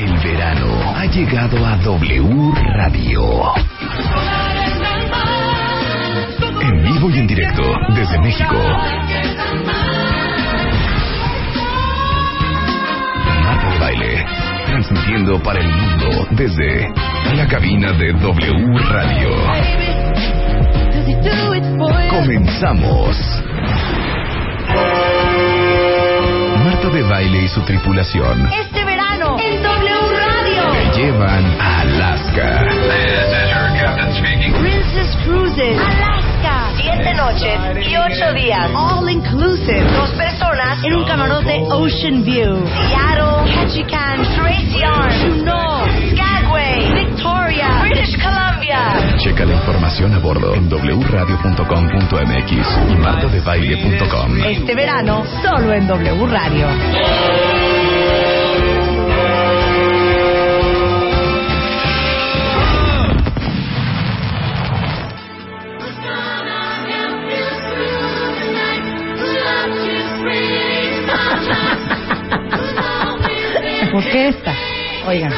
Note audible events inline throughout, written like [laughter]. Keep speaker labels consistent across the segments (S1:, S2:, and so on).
S1: El verano ha llegado a W Radio. En vivo y en directo desde México. Marta de baile, transmitiendo para el mundo desde la cabina de W Radio. Comenzamos. Marta de baile y su tripulación
S2: Este verano en W Radio.
S1: te llevan a Alaska.
S2: Princess Cruises. Alaska. Siete noches y ocho días. All inclusive. Dos personas en un camarote Ocean View. Seattle. Ketchikan. Trace Yarn. Juneau. Skagway. Victoria. British Columbia.
S1: Checa la información a bordo en wradio.com.mx y martadebaile.com.
S2: Este verano solo en W Radio. ¿Por qué esta? Oigan.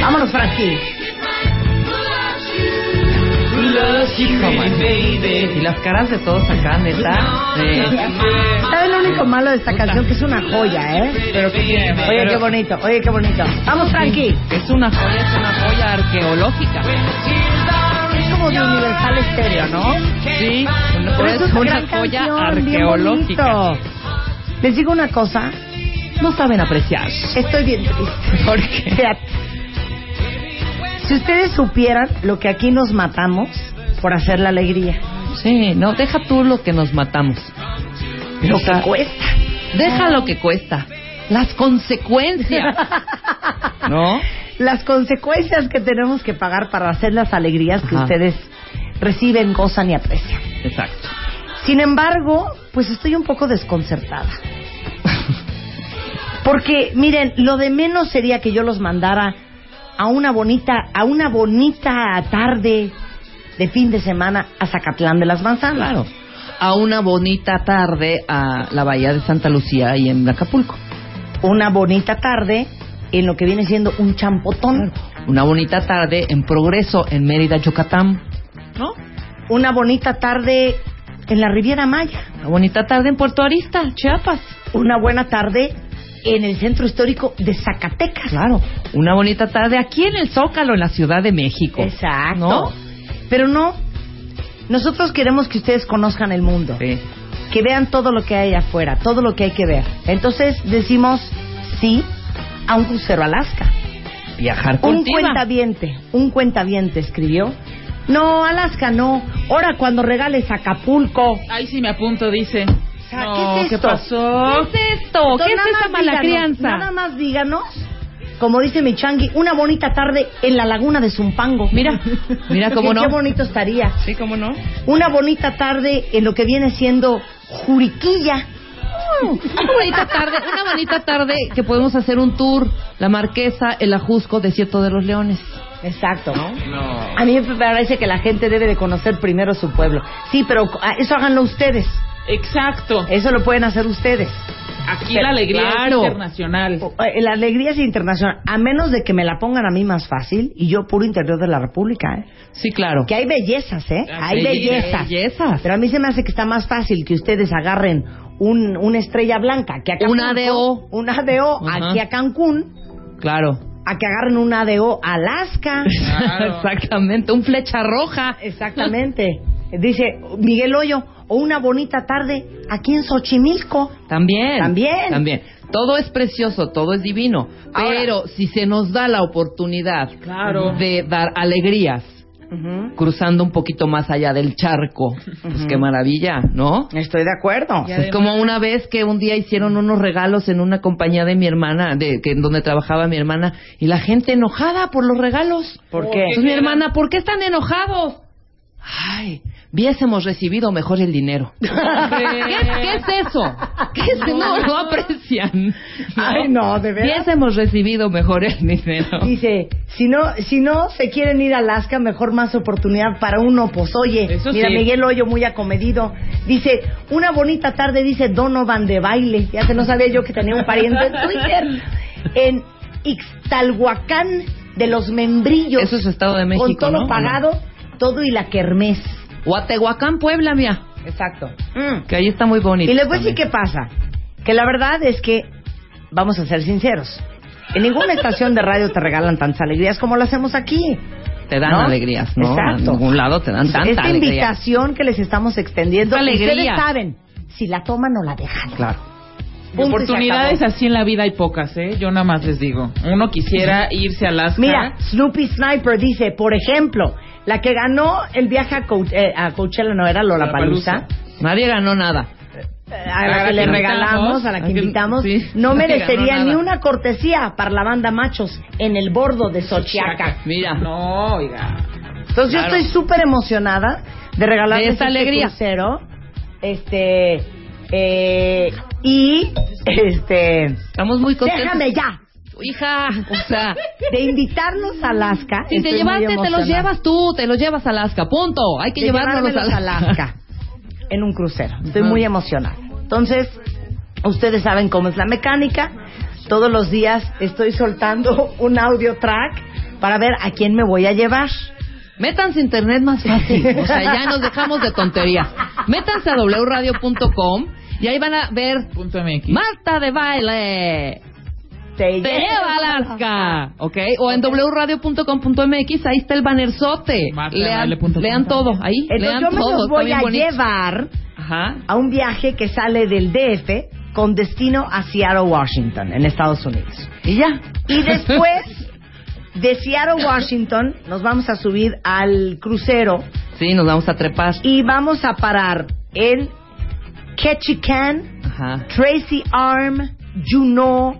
S2: Vámonos, Frankie.
S3: Y las caras de todos acá, neta.
S2: ¿Sabes lo único malo de esta canción? Que es una joya, ¿eh?
S3: Pero que tiene,
S2: Oye, qué bonito, oye, qué bonito. Vamos, Frankie.
S3: Es una joya, es una joya arqueológica.
S2: Es como de Universal Estéreo, ¿no?
S3: Sí,
S2: Pero
S3: pero
S2: eso
S3: es
S2: es
S3: una
S2: gran
S3: joya
S2: canción, bien
S3: arqueológica.
S2: bonito. Les digo una cosa,
S3: No saben apreciar.
S2: estoy bien triste.
S3: ¿Por qué?
S2: Fíjate. Si ustedes supieran lo que aquí nos matamos por hacer la alegría,
S3: Sí, no, deja tú lo que nos matamos.
S2: lo
S3: O sea,
S2: que cuesta.
S3: Deja lo que cuesta. Las [laughs] consecuencias. ¿No?
S2: Las consecuencias que tenemos que pagar para hacer las alegrías que
S3: Ajá.
S2: ustedes reciben, gozan y aprecian.
S3: Exacto.
S2: Sin embargo, pues estoy un poco
S3: [laughs]
S2: desconcertada. Porque, miren, lo de menos sería que yo los mandara a una bonita, a una bonita tarde de fin de semana a Zacatlán de las Manzanas.
S3: Claro. A una bonita tarde a la bahía de Santa Lucía y en Acapulco.
S2: Una bonita tarde en lo que viene siendo un champotón.
S3: Una bonita tarde en Progreso, en Mérida, Yucatán. ¿No?
S2: Una bonita tarde en la Riviera Maya.
S3: Una bonita tarde en Puerto Arista, Chiapas.
S2: Una buena tarde en el centro histórico de Zacatecas.
S3: Claro. Una bonita tarde aquí en el Zócalo, en la Ciudad de México.
S2: Exacto.
S3: ¿No?
S2: Pero no, nosotros queremos que ustedes conozcan el mundo,
S3: Sí.
S2: que vean todo lo que hay afuera, todo lo que hay que ver. Entonces decimos sí a un crucero a Alaska.
S3: Viajar
S2: Un
S3: contigo.
S2: cuentaviente, un cuentaviente escribió. No, Alaska no. Ahora cuando regales Acapulco.
S4: Ahí sí me apunto, dice.
S2: O sea,
S4: No,
S2: ¿Qué es esto?
S4: pasó?
S3: ¿Qué es esto? ¿Qué
S2: Entonces,
S3: es
S2: nada
S3: esa
S2: más
S3: mala
S2: díganos,
S3: crianza?
S2: Nada más díganos, como dice mi changui, una bonita tarde en la laguna de Zumpango. [laughs]
S3: Mira, mira cómo
S2: Qué-
S3: no.
S2: Qué bonito estaría.
S4: Sí, cómo no.
S2: una bonita tarde en lo que viene siendo Juriquilla.
S3: Una bonita tarde, una bonita tarde que podemos hacer un tour, la Marquesa, el Ajusco, Desierto de los Leones.
S2: Exacto. A mí me parece que la gente debe de conocer primero su pueblo. Sí, pero ah, eso háganlo ustedes.
S4: Exacto.
S2: Eso lo pueden hacer ustedes.
S4: Aquí
S2: Pero
S4: la alegría
S3: claro.
S4: es internacional.
S2: O- eh, La alegría es internacional, a menos de que me la pongan a mí más fácil y yo puro interior de la República. ¿eh?
S3: Sí, claro.
S2: Que hay bellezas, ¿eh?
S4: Ah,
S2: hay
S4: sí,
S2: bellezas.
S3: Bellezas.
S2: Pero a mí se me hace que está más fácil que ustedes agarren un, una estrella blanca que a Cancún.
S3: Un ADO.
S2: Un ADO
S3: Ajá.
S2: aquí a Cancún.
S3: Claro.
S2: a que agarren un ADO a Alaska.
S4: Claro.
S3: [laughs] Exactamente. Un flecha roja.
S2: Exactamente. Dice Miguel Hoyo, o una bonita tarde aquí en Xochimilco.
S3: También.
S2: También.
S3: También. Todo es precioso, todo es divino.
S2: Ahora-
S3: pero si se nos da la oportunidad
S4: Claro.
S3: de dar alegrías cruzando un poquito más allá del charco, pues qué maravilla, ¿no?
S2: Estoy de acuerdo.
S4: Ya.
S3: Es como una vez que un día hicieron unos regalos en una compañía de mi hermana, de que en donde trabajaba mi hermana, y la gente enojada por los regalos.
S2: ¿Por
S4: ¿Por
S2: qué?
S4: qué?
S3: Entonces Pues, mi
S4: eran?
S3: hermana, ¿por qué están enojados? Ay, hubiésemos recibido mejor
S2: [laughs]
S3: el dinero. ¿Qué, qué es eso? ¿Qué es eso? No lo aprecian.
S2: Ay, no, de veras.
S3: Hubiésemos recibido mejor el dinero.
S2: Dice, si no, si no se quieren ir a Alaska, mejor más oportunidad para uno, pues oye,
S4: Eso
S2: mira
S4: sí.
S2: Miguel Hoyo muy acomedido. Dice, una bonita tarde, dice Donovan de baile. Ya que no sabía yo que tenía un pariente en Twitter.
S3: [laughs]
S2: En Ixtalhuacán de los Membrillos.
S3: Eso es Estado de México,
S2: Con todo
S3: ¿no?
S2: pagado, todo y la kermés.
S3: Guatehuacán, Puebla, mía.
S2: Exacto.
S3: Que ahí está muy bonito.
S2: Mm. Y les voy a decir
S3: también.
S2: qué pasa. Que la verdad es que, vamos a ser sinceros, en ninguna estación de radio te regalan tantas alegrías como lo hacemos aquí.
S3: Te dan
S2: ¿no?
S3: alegrías, ¿no?
S2: Exacto.
S3: A ningún lado te dan tanta
S2: Esta
S3: alegría.
S2: invitación que les estamos extendiendo,
S3: Esta alegría.
S2: ustedes saben, si la toman o la dejan.
S3: Claro.
S2: Punto y se
S4: Oportunidades
S2: acabó.
S4: así en la vida hay pocas, ¿eh? Yo nada más les digo. Uno quisiera irse a Alaska.
S2: Mira, Snoopy Sniper dice, por ejemplo, la que ganó el viaje a, Coach- eh, a Coachella no era Lola Palusa.
S4: Lollapalooza.
S3: Nadie ganó nada.
S2: a la que le regalamos, a la que invitamos,
S4: sí.
S2: no
S4: No te
S2: merecería
S4: ganó
S2: ni
S4: nada.
S2: una cortesía para la banda Machos en el bordo de Xochiaca.
S3: Mira.
S4: No, oiga.
S2: Entonces
S3: Claro.
S2: yo estoy súper emocionada de regalarles
S3: De esa
S2: este
S3: alegría.
S2: crucero, este eh, y este
S3: Estamos muy contentos.
S2: déjame ya
S3: Hija, o sea,
S2: de invitarnos a Alaska.
S3: si te
S2: Estoy muy
S3: llevaste, te los
S2: emocionada.
S3: llevas tú, te los llevas a Alaska, punto. Hay que
S2: de
S3: llevárnoslos
S2: llevármelos
S3: a Alaska.
S2: en un crucero. Estoy
S3: Ajá.
S2: muy emocionada. Entonces, ustedes saben cómo es la mecánica. Todos los días estoy soltando un audio track para ver a quién me voy a llevar.
S3: [laughs] Métanse a internet más fácil. O sea, ya nos dejamos de tonterías. Métanse a wradio.com y ahí van a ver
S4: Punto MX.
S3: Marta de baile.
S2: Te
S3: Te lleva a Alaska, ¿ok? O en wradio.com.mx, ahí está el bannerzote.
S4: Marta de
S3: Lean,
S4: baile punto com.
S3: lean todo, ahí,
S2: Entonces
S3: lean
S2: yo me
S3: todo,
S2: los
S3: está
S2: voy
S3: bien
S2: a
S3: bonito.
S2: llevar
S3: Ajá.
S2: a un viaje que sale del DF con destino a Seattle, Washington, en Estados Unidos.
S3: Y ya. [laughs]
S2: Y después de Seattle, Washington, nos vamos a subir al crucero
S3: Sí, nos vamos a trepar.
S2: y vamos a parar en Ketchikan,
S3: Ajá.
S2: Tracy Arm, Juneau,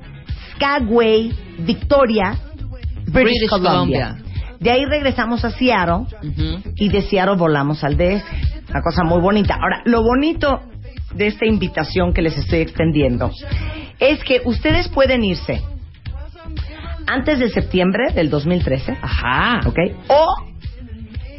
S2: Skagway, Victoria, British,
S3: British
S2: Columbia. De ahí regresamos a Seattle
S3: Ujú.
S2: y de Seattle volamos al DF. Una cosa muy bonita. Ahora, lo bonito de esta invitación que les estoy extendiendo es que ustedes pueden irse antes de septiembre del 2013,
S3: Ajá.
S2: ¿ok? O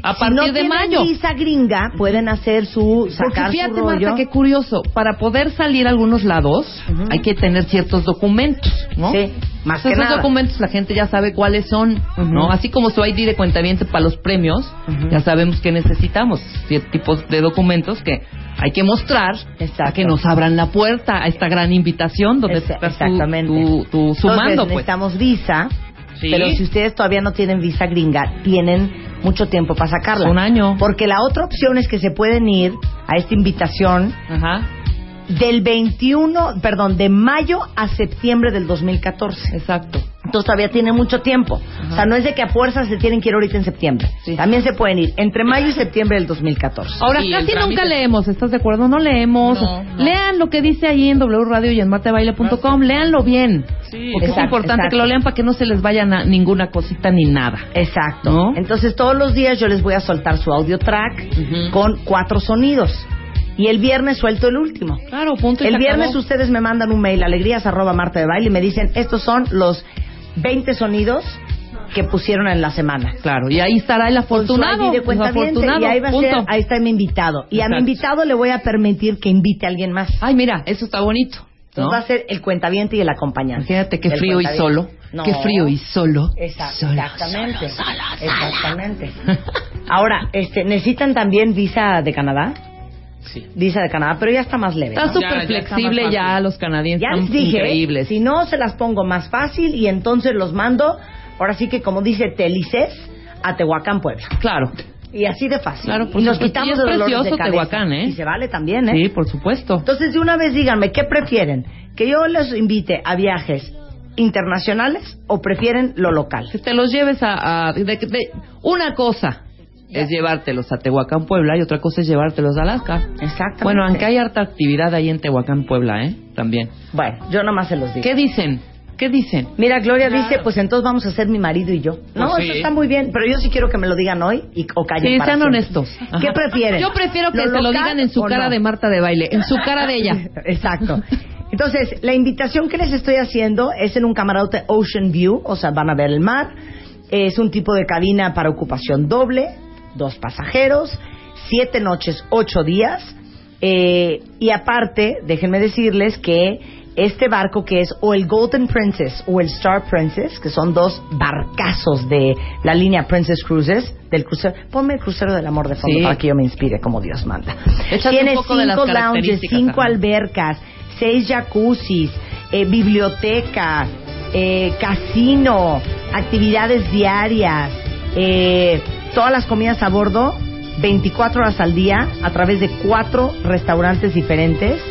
S3: A
S2: si
S3: partir
S2: no
S3: de
S2: tienen
S3: mayo.
S2: visa gringa, pueden hacer su
S3: Porque
S2: sacar
S3: fíjate,
S2: su rollo.
S3: Marta, qué curioso. Para poder salir a algunos lados,
S2: Ujú.
S3: hay que tener ciertos documentos, ¿no?
S2: Sí, más que
S3: Esos
S2: nada.
S3: documentos la gente ya sabe cuáles son, ¿no? Así como su ID de cuentaviente para los premios,
S2: Ujú.
S3: ya sabemos que necesitamos ciertos tipos de documentos que hay que mostrar para
S2: Exacto.
S3: que nos abran la puerta a esta gran invitación donde
S2: Ex-
S3: estás tú-
S2: exactamente.
S3: tú- tú sumando,
S2: Entonces,
S3: pues.
S2: necesitamos visa,
S3: Sí.
S2: pero si ustedes todavía no tienen visa gringa, tienen mucho tiempo para sacarla.
S3: Un año.
S2: Porque la otra opción es que se pueden ir a esta invitación
S3: Ajá,
S2: del 21, perdón, de mayo a septiembre del 2014.
S3: exacto.
S2: Entonces todavía tienen mucho tiempo. O sea, no es de que a fuerza se tienen que ir ahorita en septiembre.
S3: Sí.
S2: También se pueden ir entre mayo y septiembre del 2014.
S3: Ahora,
S4: Sí, el
S3: casi
S4: trámite.
S3: nunca leemos, ¿estás de acuerdo? No leemos.
S4: No, no.
S3: Lean lo que dice ahí en W Radio y en martabaile.com. Leanlo bien.
S4: Sí,
S3: porque
S2: exacto,
S3: es importante
S2: exacto.
S3: que lo lean para que no se les vaya na- ninguna cosita ni nada.
S2: Exacto.
S3: ¿No?
S2: Entonces todos los días yo les voy a soltar su audio track
S3: Ujú.
S2: con cuatro sonidos. Y el viernes suelto el último.
S3: Claro, punto. y
S2: El
S3: se
S2: viernes
S3: acabó.
S2: ustedes me mandan un mail, alegrías arroba Marta de Baile, y me dicen, estos son los 20 sonidos que pusieron en la semana.
S3: Claro, y ahí estará el
S2: Con su
S3: afortunado.
S2: ID de
S3: pues,
S2: cuentaviente,
S3: afortunado,
S2: y ahí va a
S3: punto.
S2: ser- ahí está mi invitado. Y a mi
S3: Exacto.
S2: invitado le voy a permitir que invite a alguien más.
S3: Ay, mira, eso está bonito. ¿no?
S2: Entonces va a ser el cuentaviente y el acompañante.
S3: Imagínate qué
S2: El
S3: frío y
S2: cuentaviente.
S3: solo.
S2: No.
S3: Qué frío y solo.
S2: Exact-
S3: Solo,
S2: exactamente.
S3: solo, solo, solo.
S2: Exactamente. Ahora, este, ¿necesitan también visa de Canadá?
S4: sí.
S2: Visa de Canadá, pero ya está más leve.
S3: Está
S2: ¿no?
S4: su-
S3: súper
S4: Ya, ya está
S3: flexible
S4: más
S3: ya,
S4: fácil.
S3: los canadienses
S2: Ya
S3: están
S2: les dije, ¿eh?
S3: increíbles.
S2: si no se las pongo más fácil y entonces los mando, ahora sí que como dice Telices, a Tehuacán, Puebla.
S3: Claro.
S2: Y así de fácil.
S3: Claro, por
S2: y nos
S3: supuesto.
S2: quitamos
S3: Y es
S2: de dolores
S3: precioso
S2: de cabeza.
S3: Tehuacán, ¿eh?
S2: Y se vale también, ¿eh?
S3: Sí, por supuesto.
S2: Entonces, de una vez díganme, ¿qué prefieren? ¿Que yo los invite a viajes internacionales o prefieren lo local?
S3: Que te los lleves a... a- de- de- una cosa es llevártelos a Tehuacán, Puebla, y otra cosa es llevártelos a Alaska.
S2: Exactamente.
S3: Bueno, aunque hay harta actividad ahí en Tehuacán, Puebla, ¿eh? También.
S2: Bueno, yo nomás se los digo.
S3: ¿Qué dicen? ¿Qué dicen?
S2: Mira, Gloria dice, pues entonces vamos a ser mi marido y yo. No,
S4: Pues sí.
S2: eso está muy bien, pero yo sí quiero que me lo digan hoy y, o callen
S3: Sí,
S2: para
S3: sean
S2: siempre.
S3: honestos. Ajá.
S2: ¿Qué prefieren?
S3: Yo prefiero que
S2: ¿Lo
S3: se lo
S2: local
S3: digan en su
S2: o
S3: cara
S2: no?
S3: de Marta de baile, en su cara
S2: [laughs]
S3: de ella.
S2: Exacto. Entonces, la invitación que les estoy haciendo es en un camarote Ocean View, o sea, van a ver el mar. Es un tipo de cabina para ocupación doble, dos pasajeros, siete noches, ocho días. Eh, y aparte, déjenme decirles que este barco que es o el Golden Princess o el Star Princess, que son dos barcazos de la línea Princess Cruises, del crucero, ponme el crucero del amor de fondo
S3: Sí.
S2: para que yo me inspire como Dios manda.
S3: Échate un
S2: Tiene
S3: poco de las
S2: cinco lounges,
S3: características,
S2: cinco
S3: ajá.
S2: albercas, seis jacuzzis, eh, biblioteca, eh, casino, actividades diarias, eh, todas las comidas a bordo, 24 horas al día, a través de cuatro restaurantes diferentes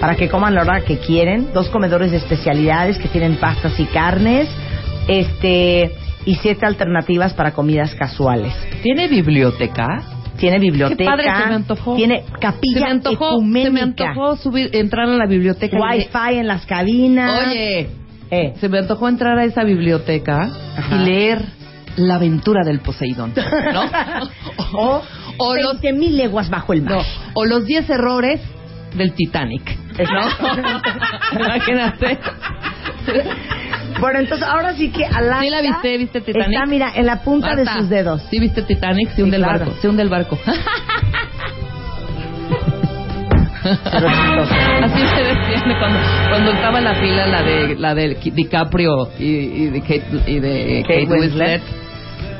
S2: para que coman la hora que quieren, dos comedores de especialidades que tienen pastas y carnes, este y siete alternativas para comidas casuales.
S3: ¿Tiene biblioteca?
S2: Tiene biblioteca,
S3: Qué padre, se me antojó.
S2: tiene
S3: Se
S2: capilla
S3: me antojó,
S2: ecuménica.
S3: se me antojó subir, entrar a la biblioteca.
S2: Wi-Fi en las cabinas.
S3: Oye,
S2: Eh.
S3: se me antojó entrar a esa biblioteca
S2: Ajá.
S3: y leer La aventura del Poseidón, ¿no?
S2: [laughs] O,
S3: o los-
S2: 20 mil leguas bajo el mar.
S3: No, o los 10 errores del Titanic, [laughs] ¿no? Imagínate.
S2: Bueno, entonces ahora sí que Alaska
S3: ¿Sí la viste? ¿Viste Titanic?
S2: Está, mira, en la punta de
S3: Marta,
S2: sus dedos.
S3: ¿Sí viste Titanic? Se hunde
S2: claro.
S3: el barco, se hunde el barco. [laughs]
S2: Pero chistoso.
S3: Así se decían cuando, cuando estaba en la fila la de la del Ki- DiCaprio y, y de Kate, y de
S2: Kate
S3: Kate Winslet.
S2: Winslet.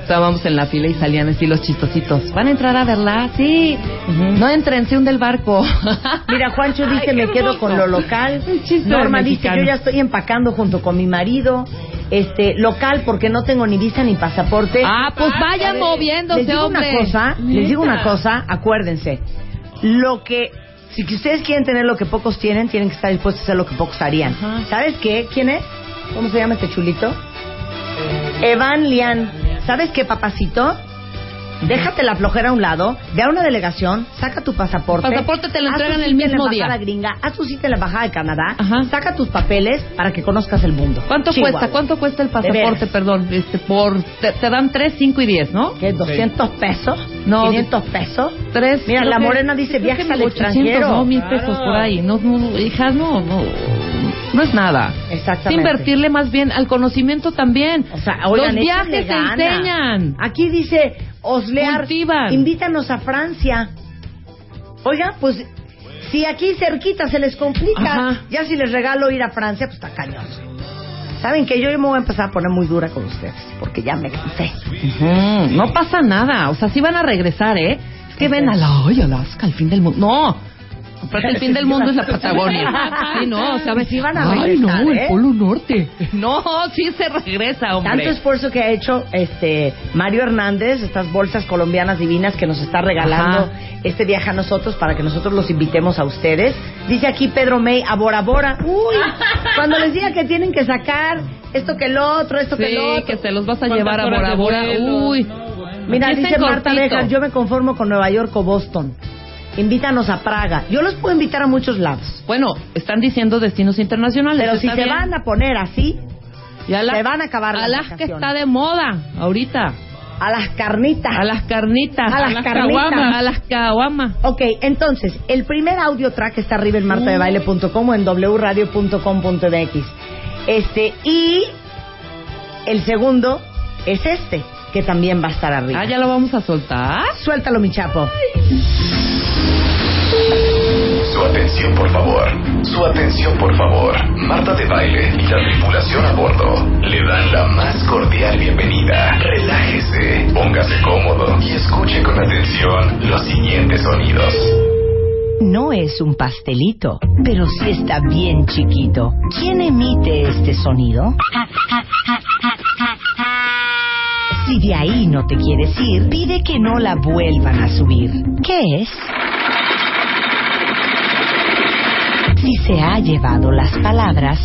S3: Estábamos en la fila y salían así los chistositos. ¿Van a entrar a verla? Sí. No entren, se hunde
S2: [laughs]
S3: el barco.
S2: Mira, Juancho
S3: Ay,
S2: dice,
S3: qué
S2: me quedo
S3: hermoso.
S2: con lo local.
S3: Un chiste
S2: Norma
S3: del
S2: dice,
S3: mexicano.
S2: yo ya estoy empacando junto con mi marido. Este, local porque no tengo ni visa ni pasaporte.
S3: Ah, pues vaya moviéndose,
S2: les digo
S3: hombre.
S2: una cosa, les digo una cosa, acuérdense. Lo que si que ustedes quieren tener lo que pocos tienen, tienen que estar dispuestos a hacer lo que pocos harían.
S3: Ajá.
S2: ¿Sabes qué? ¿Quién es? ¿Cómo se llama este chulito? Evan Lian. ¿Sabes qué, papacito? Déjate la flojera a un lado, ve a una delegación, saca tu pasaporte.
S3: El pasaporte te lo
S2: haz tu
S3: entregan
S2: cita
S3: el
S2: en
S3: mismo
S2: la embajada
S3: día.
S2: gringa, haz tu cita en la embajada de Canadá,
S3: Ajá.
S2: saca tus papeles para que conozcas el mundo.
S3: ¿Cuánto
S2: Chihuahua.
S3: cuesta? ¿Cuánto cuesta el
S2: De
S3: pasaporte?
S2: veras.
S3: Perdón, este, por te, te dan 3, 5 y 10, ¿no?
S2: ¿Qué? ¿200 pesos?
S3: No,
S2: ¿500 pesos?
S3: 3
S2: Mira, la morena dice viajes al extranjero.
S3: No, mil
S4: Claro.
S3: pesos por ahí. No, no, no, hija, no, no, no es nada.
S2: Exactamente.
S3: Sí, invertirle más bien al conocimiento también.
S2: O sea, oigan,
S3: Los viajes
S2: échenle
S3: te
S2: gana.
S3: enseñan.
S2: Aquí dice Oslear,
S3: Cultivan.
S2: invítanos a Francia. Oiga, pues si aquí cerquita se les complica,
S3: Ajá.
S2: ya si les regalo ir a Francia, pues está cañón. Saben que yo me voy a empezar a poner muy dura con ustedes, porque ya me cansé.
S3: Ujú, No pasa nada. O sea, sí van a regresar, ¿eh? Es que ven a la oye, Alaska, al fin del mundo. No. Aparte,
S2: [laughs]
S3: el fin del mundo es la Patagonia. Sí, no, o sea,
S2: Pues sí van a
S3: Ay,
S2: regresar,
S3: no, el
S2: ¿eh?
S3: Polo Norte. [laughs] No, sí se regresa, hombre.
S2: Tanto esfuerzo que ha hecho este Mario Hernández, estas bolsas colombianas divinas que nos está regalando
S3: Ajá.
S2: este viaje a nosotros para que nosotros los invitemos a ustedes. Dice aquí Pedro May, a Bora Bora.
S3: [laughs]
S2: Uy, cuando les diga que tienen que sacar esto que el otro, esto que
S3: Sí,
S2: el otro.
S3: que se los vas a llevar a Bora Bora. Uy.
S2: Mira,
S3: Empiecen
S2: dice Marta
S3: cortito.
S2: Lejar, yo me conformo con Nueva York o Boston. Invítanos a Praga. Yo los puedo invitar a muchos lados.
S3: Bueno, están diciendo destinos internacionales.
S2: Pero si
S3: Pues está
S2: se
S3: bien.
S2: van a poner así,
S3: Y Ala-
S2: se van a acabar las
S3: Alaska
S2: vacaciones.
S3: está de moda ahorita.
S2: a las carnitas.
S3: A las carnitas.
S2: A las carnitas.
S3: caguamas. A las caguamas.
S2: Ok, entonces, el primer audio track está arriba en martadebaile.com o en wradio.com.mx. Este, y el segundo es este, que también va a estar arriba.
S3: Ah, ya lo vamos a soltar.
S2: Suéltalo, mi chapo.
S1: Su atención, por favor. Su atención, por favor. Marta de Baile y la tripulación a bordo le dan la más cordial bienvenida. Relájese, póngase cómodo y escuche con atención los siguientes sonidos.
S2: No es un pastelito, pero sí está bien chiquito. ¿Quién emite este sonido? Si de ahí no te quieres ir, pide que no la vuelvan a subir. ¿Qué es? Si se ha llevado las palabras,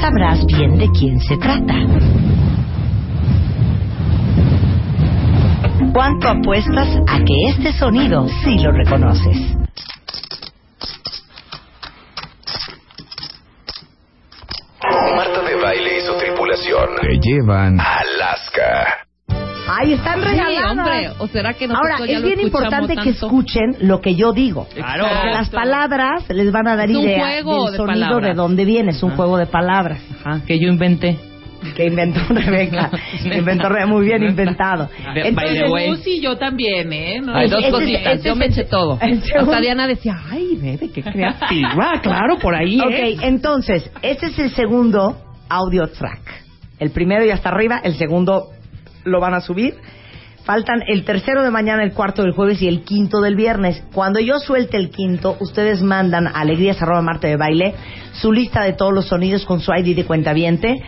S2: sabrás bien de quién se trata. ¿Cuánto apuestas a que este sonido sí lo reconoces?
S1: Marta de Baile y su tripulación
S5: Te llevan
S1: a Alaska.
S2: Ahí están
S3: Sí,
S2: regaladas.
S3: hombre, o será que nosotros
S2: Ahora,
S3: ya
S2: es
S3: lo
S2: bien
S3: escuchamos
S2: importante que
S3: tanto?
S2: escuchen lo que yo digo.
S4: Claro.
S2: Porque las
S3: Exacto.
S2: palabras les van a dar
S3: Es un
S2: idea
S3: juego
S2: del
S3: de
S2: sonido
S3: palabras.
S2: de dónde viene. Es un
S4: Ah.
S3: Ajá.
S2: juego de palabras
S3: Ajá, que yo inventé.
S2: que inventó [laughs]
S4: [laughs]
S2: Rebeca. inventó Rebeca, muy bien inventado.
S4: Ah.
S3: Ah,
S4: De- by the way. Lucy y yo también, ¿eh? No,
S3: Hay
S4: no,
S3: dos
S2: Ese-
S3: cositas,
S2: ese
S3: yo me
S2: es-
S3: eché todo.
S2: ese-
S3: Hasta Diana decía, ay, bebé, qué
S2: [laughs]
S3: creativa, claro, por ahí. ¿eh?
S2: Ok, entonces, este es el segundo audio track. El primero ya está arriba, el segundo lo van a subir. Faltan el tercero de mañana, el cuarto del jueves y el quinto del viernes. Cuando yo suelte el quinto, ustedes mandan a alegrías arroba Marta de baile su lista de todos los sonidos con su ID de cuentaviente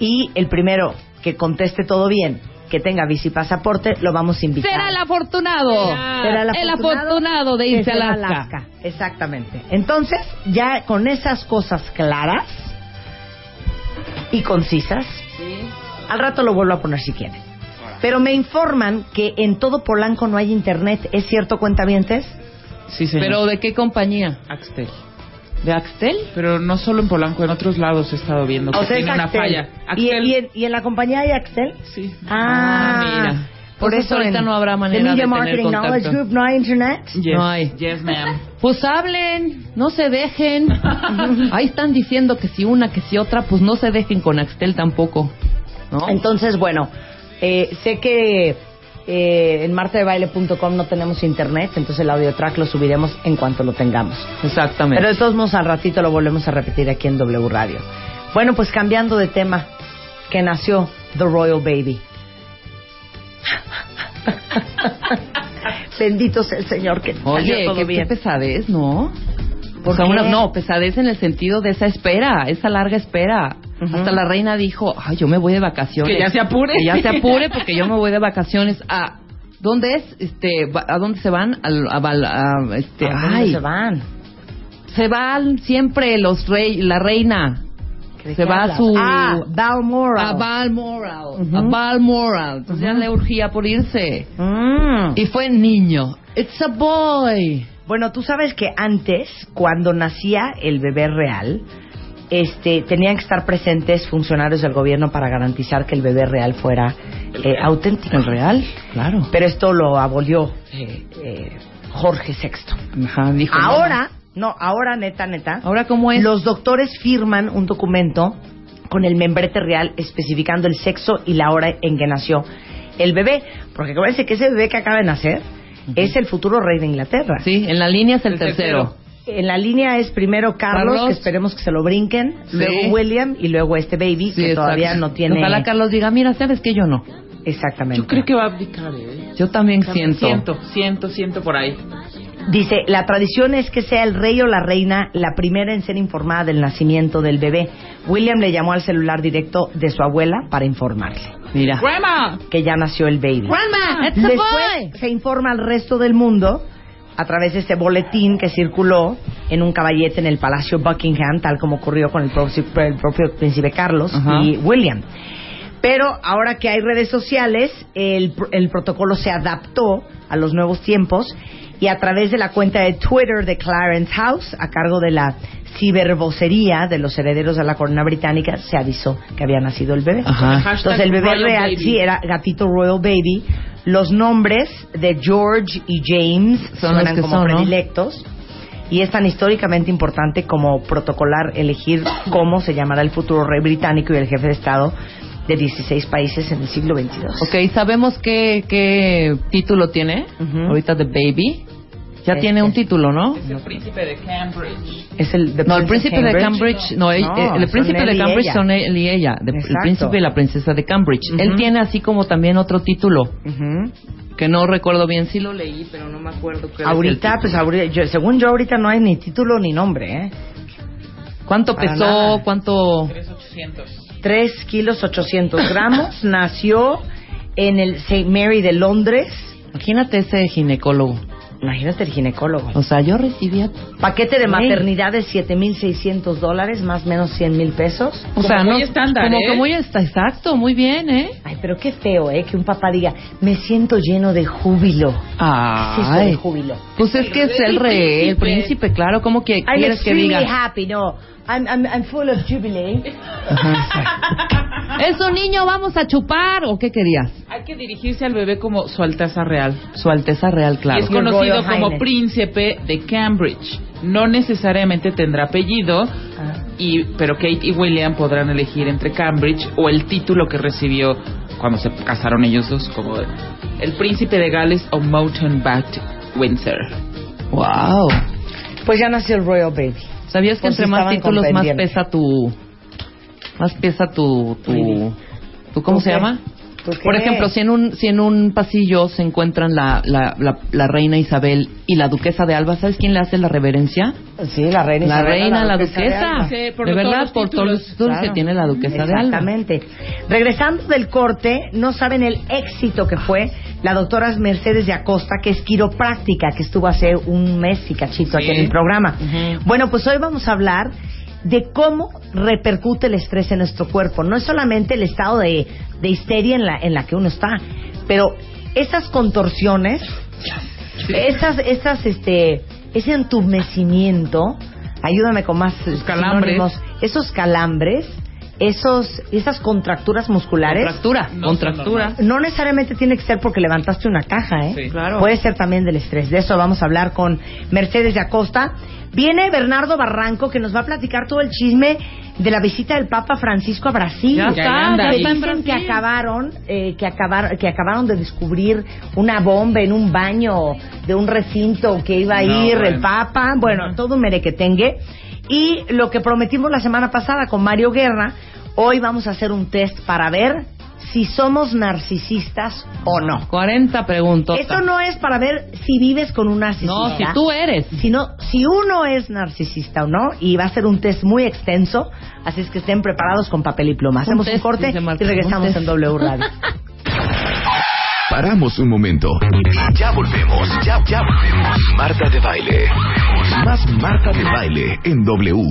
S2: y el primero que conteste todo bien, que tenga bici pasaporte, lo vamos a invitar.
S3: Será el afortunado.
S2: Será
S3: el afortunado de irse a
S2: que será
S3: Alaska.
S2: Exactamente. Entonces, ya con esas cosas claras y concisas, al rato lo vuelvo a poner si quieren. Pero me informan que en todo Polanco no hay internet. ¿Es cierto, cuentavientes?
S4: Sí, señor.
S3: Pero ¿de qué compañía?
S4: Axtel.
S3: ¿De Axtel?
S4: Pero no solo en Polanco, en otros lados he estado viendo que
S2: O sea, es
S4: tiene una
S2: Axtel. ¿Y,
S4: falla. Axtel.
S2: y en, y en la compañía hay Axel?
S4: Sí.
S2: Ah,
S4: mira.
S2: Por
S3: Pues
S2: eso
S3: ahorita
S2: en
S3: no habrá
S2: The
S3: manera
S2: Media
S3: de tener
S2: Marketing Knowledge
S3: contacto.
S2: Group no hay internet.
S4: Yes.
S3: No hay.
S4: Yes, ma'am.
S3: [laughs] Pues hablen, no se
S2: [laughs]
S3: dejen. Ahí están diciendo que si una, que si otra, pues no se dejen con Axtel tampoco. ¿No?
S2: Entonces, bueno, eh, sé que eh, en martadebaile.com no tenemos internet, entonces el audio track lo subiremos en cuanto lo tengamos.
S3: Exactamente.
S2: Pero de todos modos, al ratito lo volvemos a repetir aquí en W Radio. Bueno, pues cambiando de tema, que nació The Royal Baby. [laughs] Bendito sea el Señor que
S3: Oye,
S2: salió todo
S3: qué, qué
S2: bien.
S3: pesadez, ¿no?
S2: ¿Por
S3: O sea,
S2: qué?
S3: una- no, pesadez en el sentido de esa espera, esa larga espera.
S2: Ujú.
S3: Hasta la reina dijo, ay, yo me voy de vacaciones.
S4: Que ya se apure.
S3: Que ya
S2: [laughs]
S3: se apure porque yo me voy de vacaciones a... ¿Dónde es? Este, va- ¿A dónde se van? Al- a, Val- a- este,
S2: ¿A dónde
S3: ay,
S2: se van?
S3: se van siempre los rey, la reina.
S2: ¿De
S3: Se
S2: qué
S3: va a
S2: hablas?
S3: su-
S2: Ah, Balmoral.
S3: A Balmoral.
S2: Ujú.
S3: A Balmoral. Entonces ya le urgía por irse.
S2: Mm.
S3: Y fue niño. It's a boy.
S2: Bueno, tú sabes que antes, cuando nacía el bebé real, este, tenían que estar presentes funcionarios del gobierno para garantizar que el bebé real fuera eh, auténtico.
S3: El real, claro.
S2: Pero esto lo abolió eh, eh, Jorge VI.
S3: Ajá, dijo, no,
S2: Ahora, no, ahora neta, neta,
S3: Ahora, ¿cómo es?
S2: los doctores firman un documento con el membrete real especificando el sexo y la hora en que nació el bebé. Porque acuérdense que ese bebé que acaba de nacer es el futuro rey de Inglaterra.
S3: Sí, en la línea es el,
S4: El
S3: tercero.
S4: tercero.
S2: En la línea es primero Carlos,
S3: Carlos.
S2: que esperemos que se lo brinquen,
S3: Sí.
S2: luego William y luego este baby
S3: Sí,
S2: que
S3: exacto.
S2: todavía no tiene
S3: Ojalá Carlos diga, mira, ¿sabes que Yo no.
S2: exactamente.
S4: Yo creo que va a abdicar, ¿eh?
S3: Yo también siento.
S4: Siento, siento, siento por ahí.
S2: Dice, la tradición es que sea el rey o la reina la primera en ser informada del nacimiento del bebé. William le llamó al celular directo de su abuela para informarle
S3: Mira.
S4: ¡Grandma!
S2: que ya nació el baby. Ah.
S3: Grandma, it's a boy.
S2: Después se informa al resto del mundo a través de este boletín que circuló en un caballete en el Palacio Buckingham, tal como ocurrió con el, proxi- el propio príncipe Carlos
S3: Ajá.
S2: y William. Pero ahora que hay redes sociales, el, pr- el protocolo se adaptó a los nuevos tiempos y a través de la cuenta de Twitter de Clarence House, a cargo de la cibervocería de los herederos de la corona británica, se avisó que había nacido el bebé.
S3: Ajá.
S4: Hashtag
S2: Entonces el bebé
S4: Royal
S2: real
S4: Baby.
S2: sí era gatito Royal Baby. Los nombres de George y James
S3: Son los
S2: suenan
S3: que
S2: como
S3: son, ¿no?
S2: predilectos y es tan históricamente importante como protocolar elegir cómo se llamará el futuro rey británico y el jefe de Estado de 16 países en el siglo XXII.
S3: Ok, ¿sabemos qué, qué título tiene?
S2: Ujú.
S3: Ahorita The Baby. Ya
S2: Este.
S3: tiene un título, ¿no?
S4: Es el príncipe de Cambridge.
S2: Es el, The
S3: No, el
S2: Prince
S3: príncipe de Cambridge, no, el-
S2: No,
S3: el,
S2: son
S3: príncipe
S2: él
S3: de
S2: y
S3: Cambridge
S2: ella.
S3: son él y ella, de- el
S2: Exacto.
S3: príncipe y la princesa de Cambridge.
S2: Ujú.
S3: Él tiene así como también otro título,
S2: Ujú.
S3: que no recuerdo bien, sí lo leí, pero no me acuerdo. cuál es el
S2: Ahorita, pues ahorita, yo- según yo ahorita no hay ni título ni nombre, ¿eh?
S3: título. ¿Cuánto
S2: para
S3: pesó?
S2: nada.
S3: ¿Cuánto?
S4: 3800.
S2: 3 kilos 800 gramos, nació en el St. Mary de Londres.
S3: Imagínate ese ginecólogo.
S2: Imagínate el ginecólogo.
S3: O sea, yo recibía.
S2: Paquete de maternidad de 7.600 dólares, más o menos 100 mil pesos.
S3: O sea, no-
S4: muy estándar,
S3: Como
S4: ¿eh?
S3: que muy está exacto, muy bien, ¿eh?
S2: Ay, pero qué feo, ¿eh? Que un papá diga, me siento lleno de júbilo. Sí, soy de
S3: Ay.
S2: júbilo.
S3: Pues es que es el rey, el príncipe, claro. ¿Cómo que
S2: I'm
S3: quieres que
S2: extremely
S3: diga?
S2: happy, no. I'm, I'm, I'm full of jubilee.
S3: Es un niño, vamos a chupar. ¿O qué querías?
S4: Hay que dirigirse al bebé como Su Alteza Real.
S3: Su Alteza Real,
S4: Y
S3: claro.
S4: es conocido
S2: Royal
S4: como
S2: Highness.
S4: príncipe de Cambridge. No necesariamente tendrá apellido,
S2: Ah.
S4: y, pero Kate y William podrán elegir entre Cambridge o el título que recibió cuando se casaron ellos dos, como el príncipe de Gales o Mountain Bat Windsor.
S3: Wow.
S2: Pues ya nació el Royal Baby.
S3: ¿Sabías que
S2: Pues
S3: entre más
S2: estaban
S3: títulos más
S2: compendiando.
S3: pesa tu más pesa tu tu, tu- ¿cómo
S2: ¿Tú
S3: se
S2: qué?
S3: llama?
S2: ¿Tú qué?
S3: Por ejemplo, si en un si en un pasillo se encuentran la, la, la, la reina Isabel y la duquesa de Alba, ¿sabes quién le hace la reverencia?
S2: Sí, la reina.
S3: La
S2: Isabel,
S3: reina, la
S2: de
S3: duquesa.
S2: Alba.
S4: Sí, por
S3: de
S4: todos
S3: verdad,
S4: los
S3: por todos los
S4: títulos,
S3: títulos que
S2: Claro.
S3: tiene la duquesa de Alba.
S2: Exactamente. Regresando del corte, no saben el éxito que fue la doctora Mercedes de Acosta, que es quiropráctica, que estuvo hace un mes y cachito aquí en el programa. Bueno, pues hoy vamos a hablar de cómo repercute el estrés en nuestro cuerpo. No es solamente el estado de, de histeria en la, en la que uno está, pero esas contorsiones, esas, esas, este, ese entumecimiento, ayúdame con más
S4: calambres.
S2: sinónimos, esos calambres, esos, esas contracturas musculares,
S3: Contractura,
S4: No
S3: contractura.
S2: no necesariamente tiene que ser porque levantaste una caja, ¿eh?
S4: Sí.
S3: Claro.
S2: Puede ser también del estrés. De eso vamos a hablar con Mercedes de Acosta. Viene Bernardo Barranco que nos va a platicar todo el chisme de la visita del Papa Francisco a Brasil.
S3: Ya
S4: Ya
S3: está,
S4: anda
S3: ya
S4: ahí.
S3: está en
S2: Dicen que
S3: Brasil.
S2: acabaron, eh, que acabaron, que acabaron de descubrir una bomba en un baño de un recinto que iba a
S4: No,
S2: ir el
S4: bueno.
S2: Papa, bueno, todo un merequetengue. Y lo que prometimos la semana pasada con Mario Guerra, hoy vamos a hacer un test para ver si somos narcisistas o no.
S3: 40 preguntas.
S2: Esto no es para ver si vives con un narcisista.
S3: No, si tú eres.
S2: Sino si uno es narcisista o no, y va a ser un test muy extenso, así es que estén preparados con papel y pluma. Hacemos un,
S3: test,
S2: corte
S3: dice Marta,
S2: y
S3: un
S2: regresamos
S3: test.
S2: en W
S3: [laughs]
S2: Radio.
S1: Paramos un momento. Ya volvemos, ya, ya volvemos. Marta de baile. Más Marta de baile en W.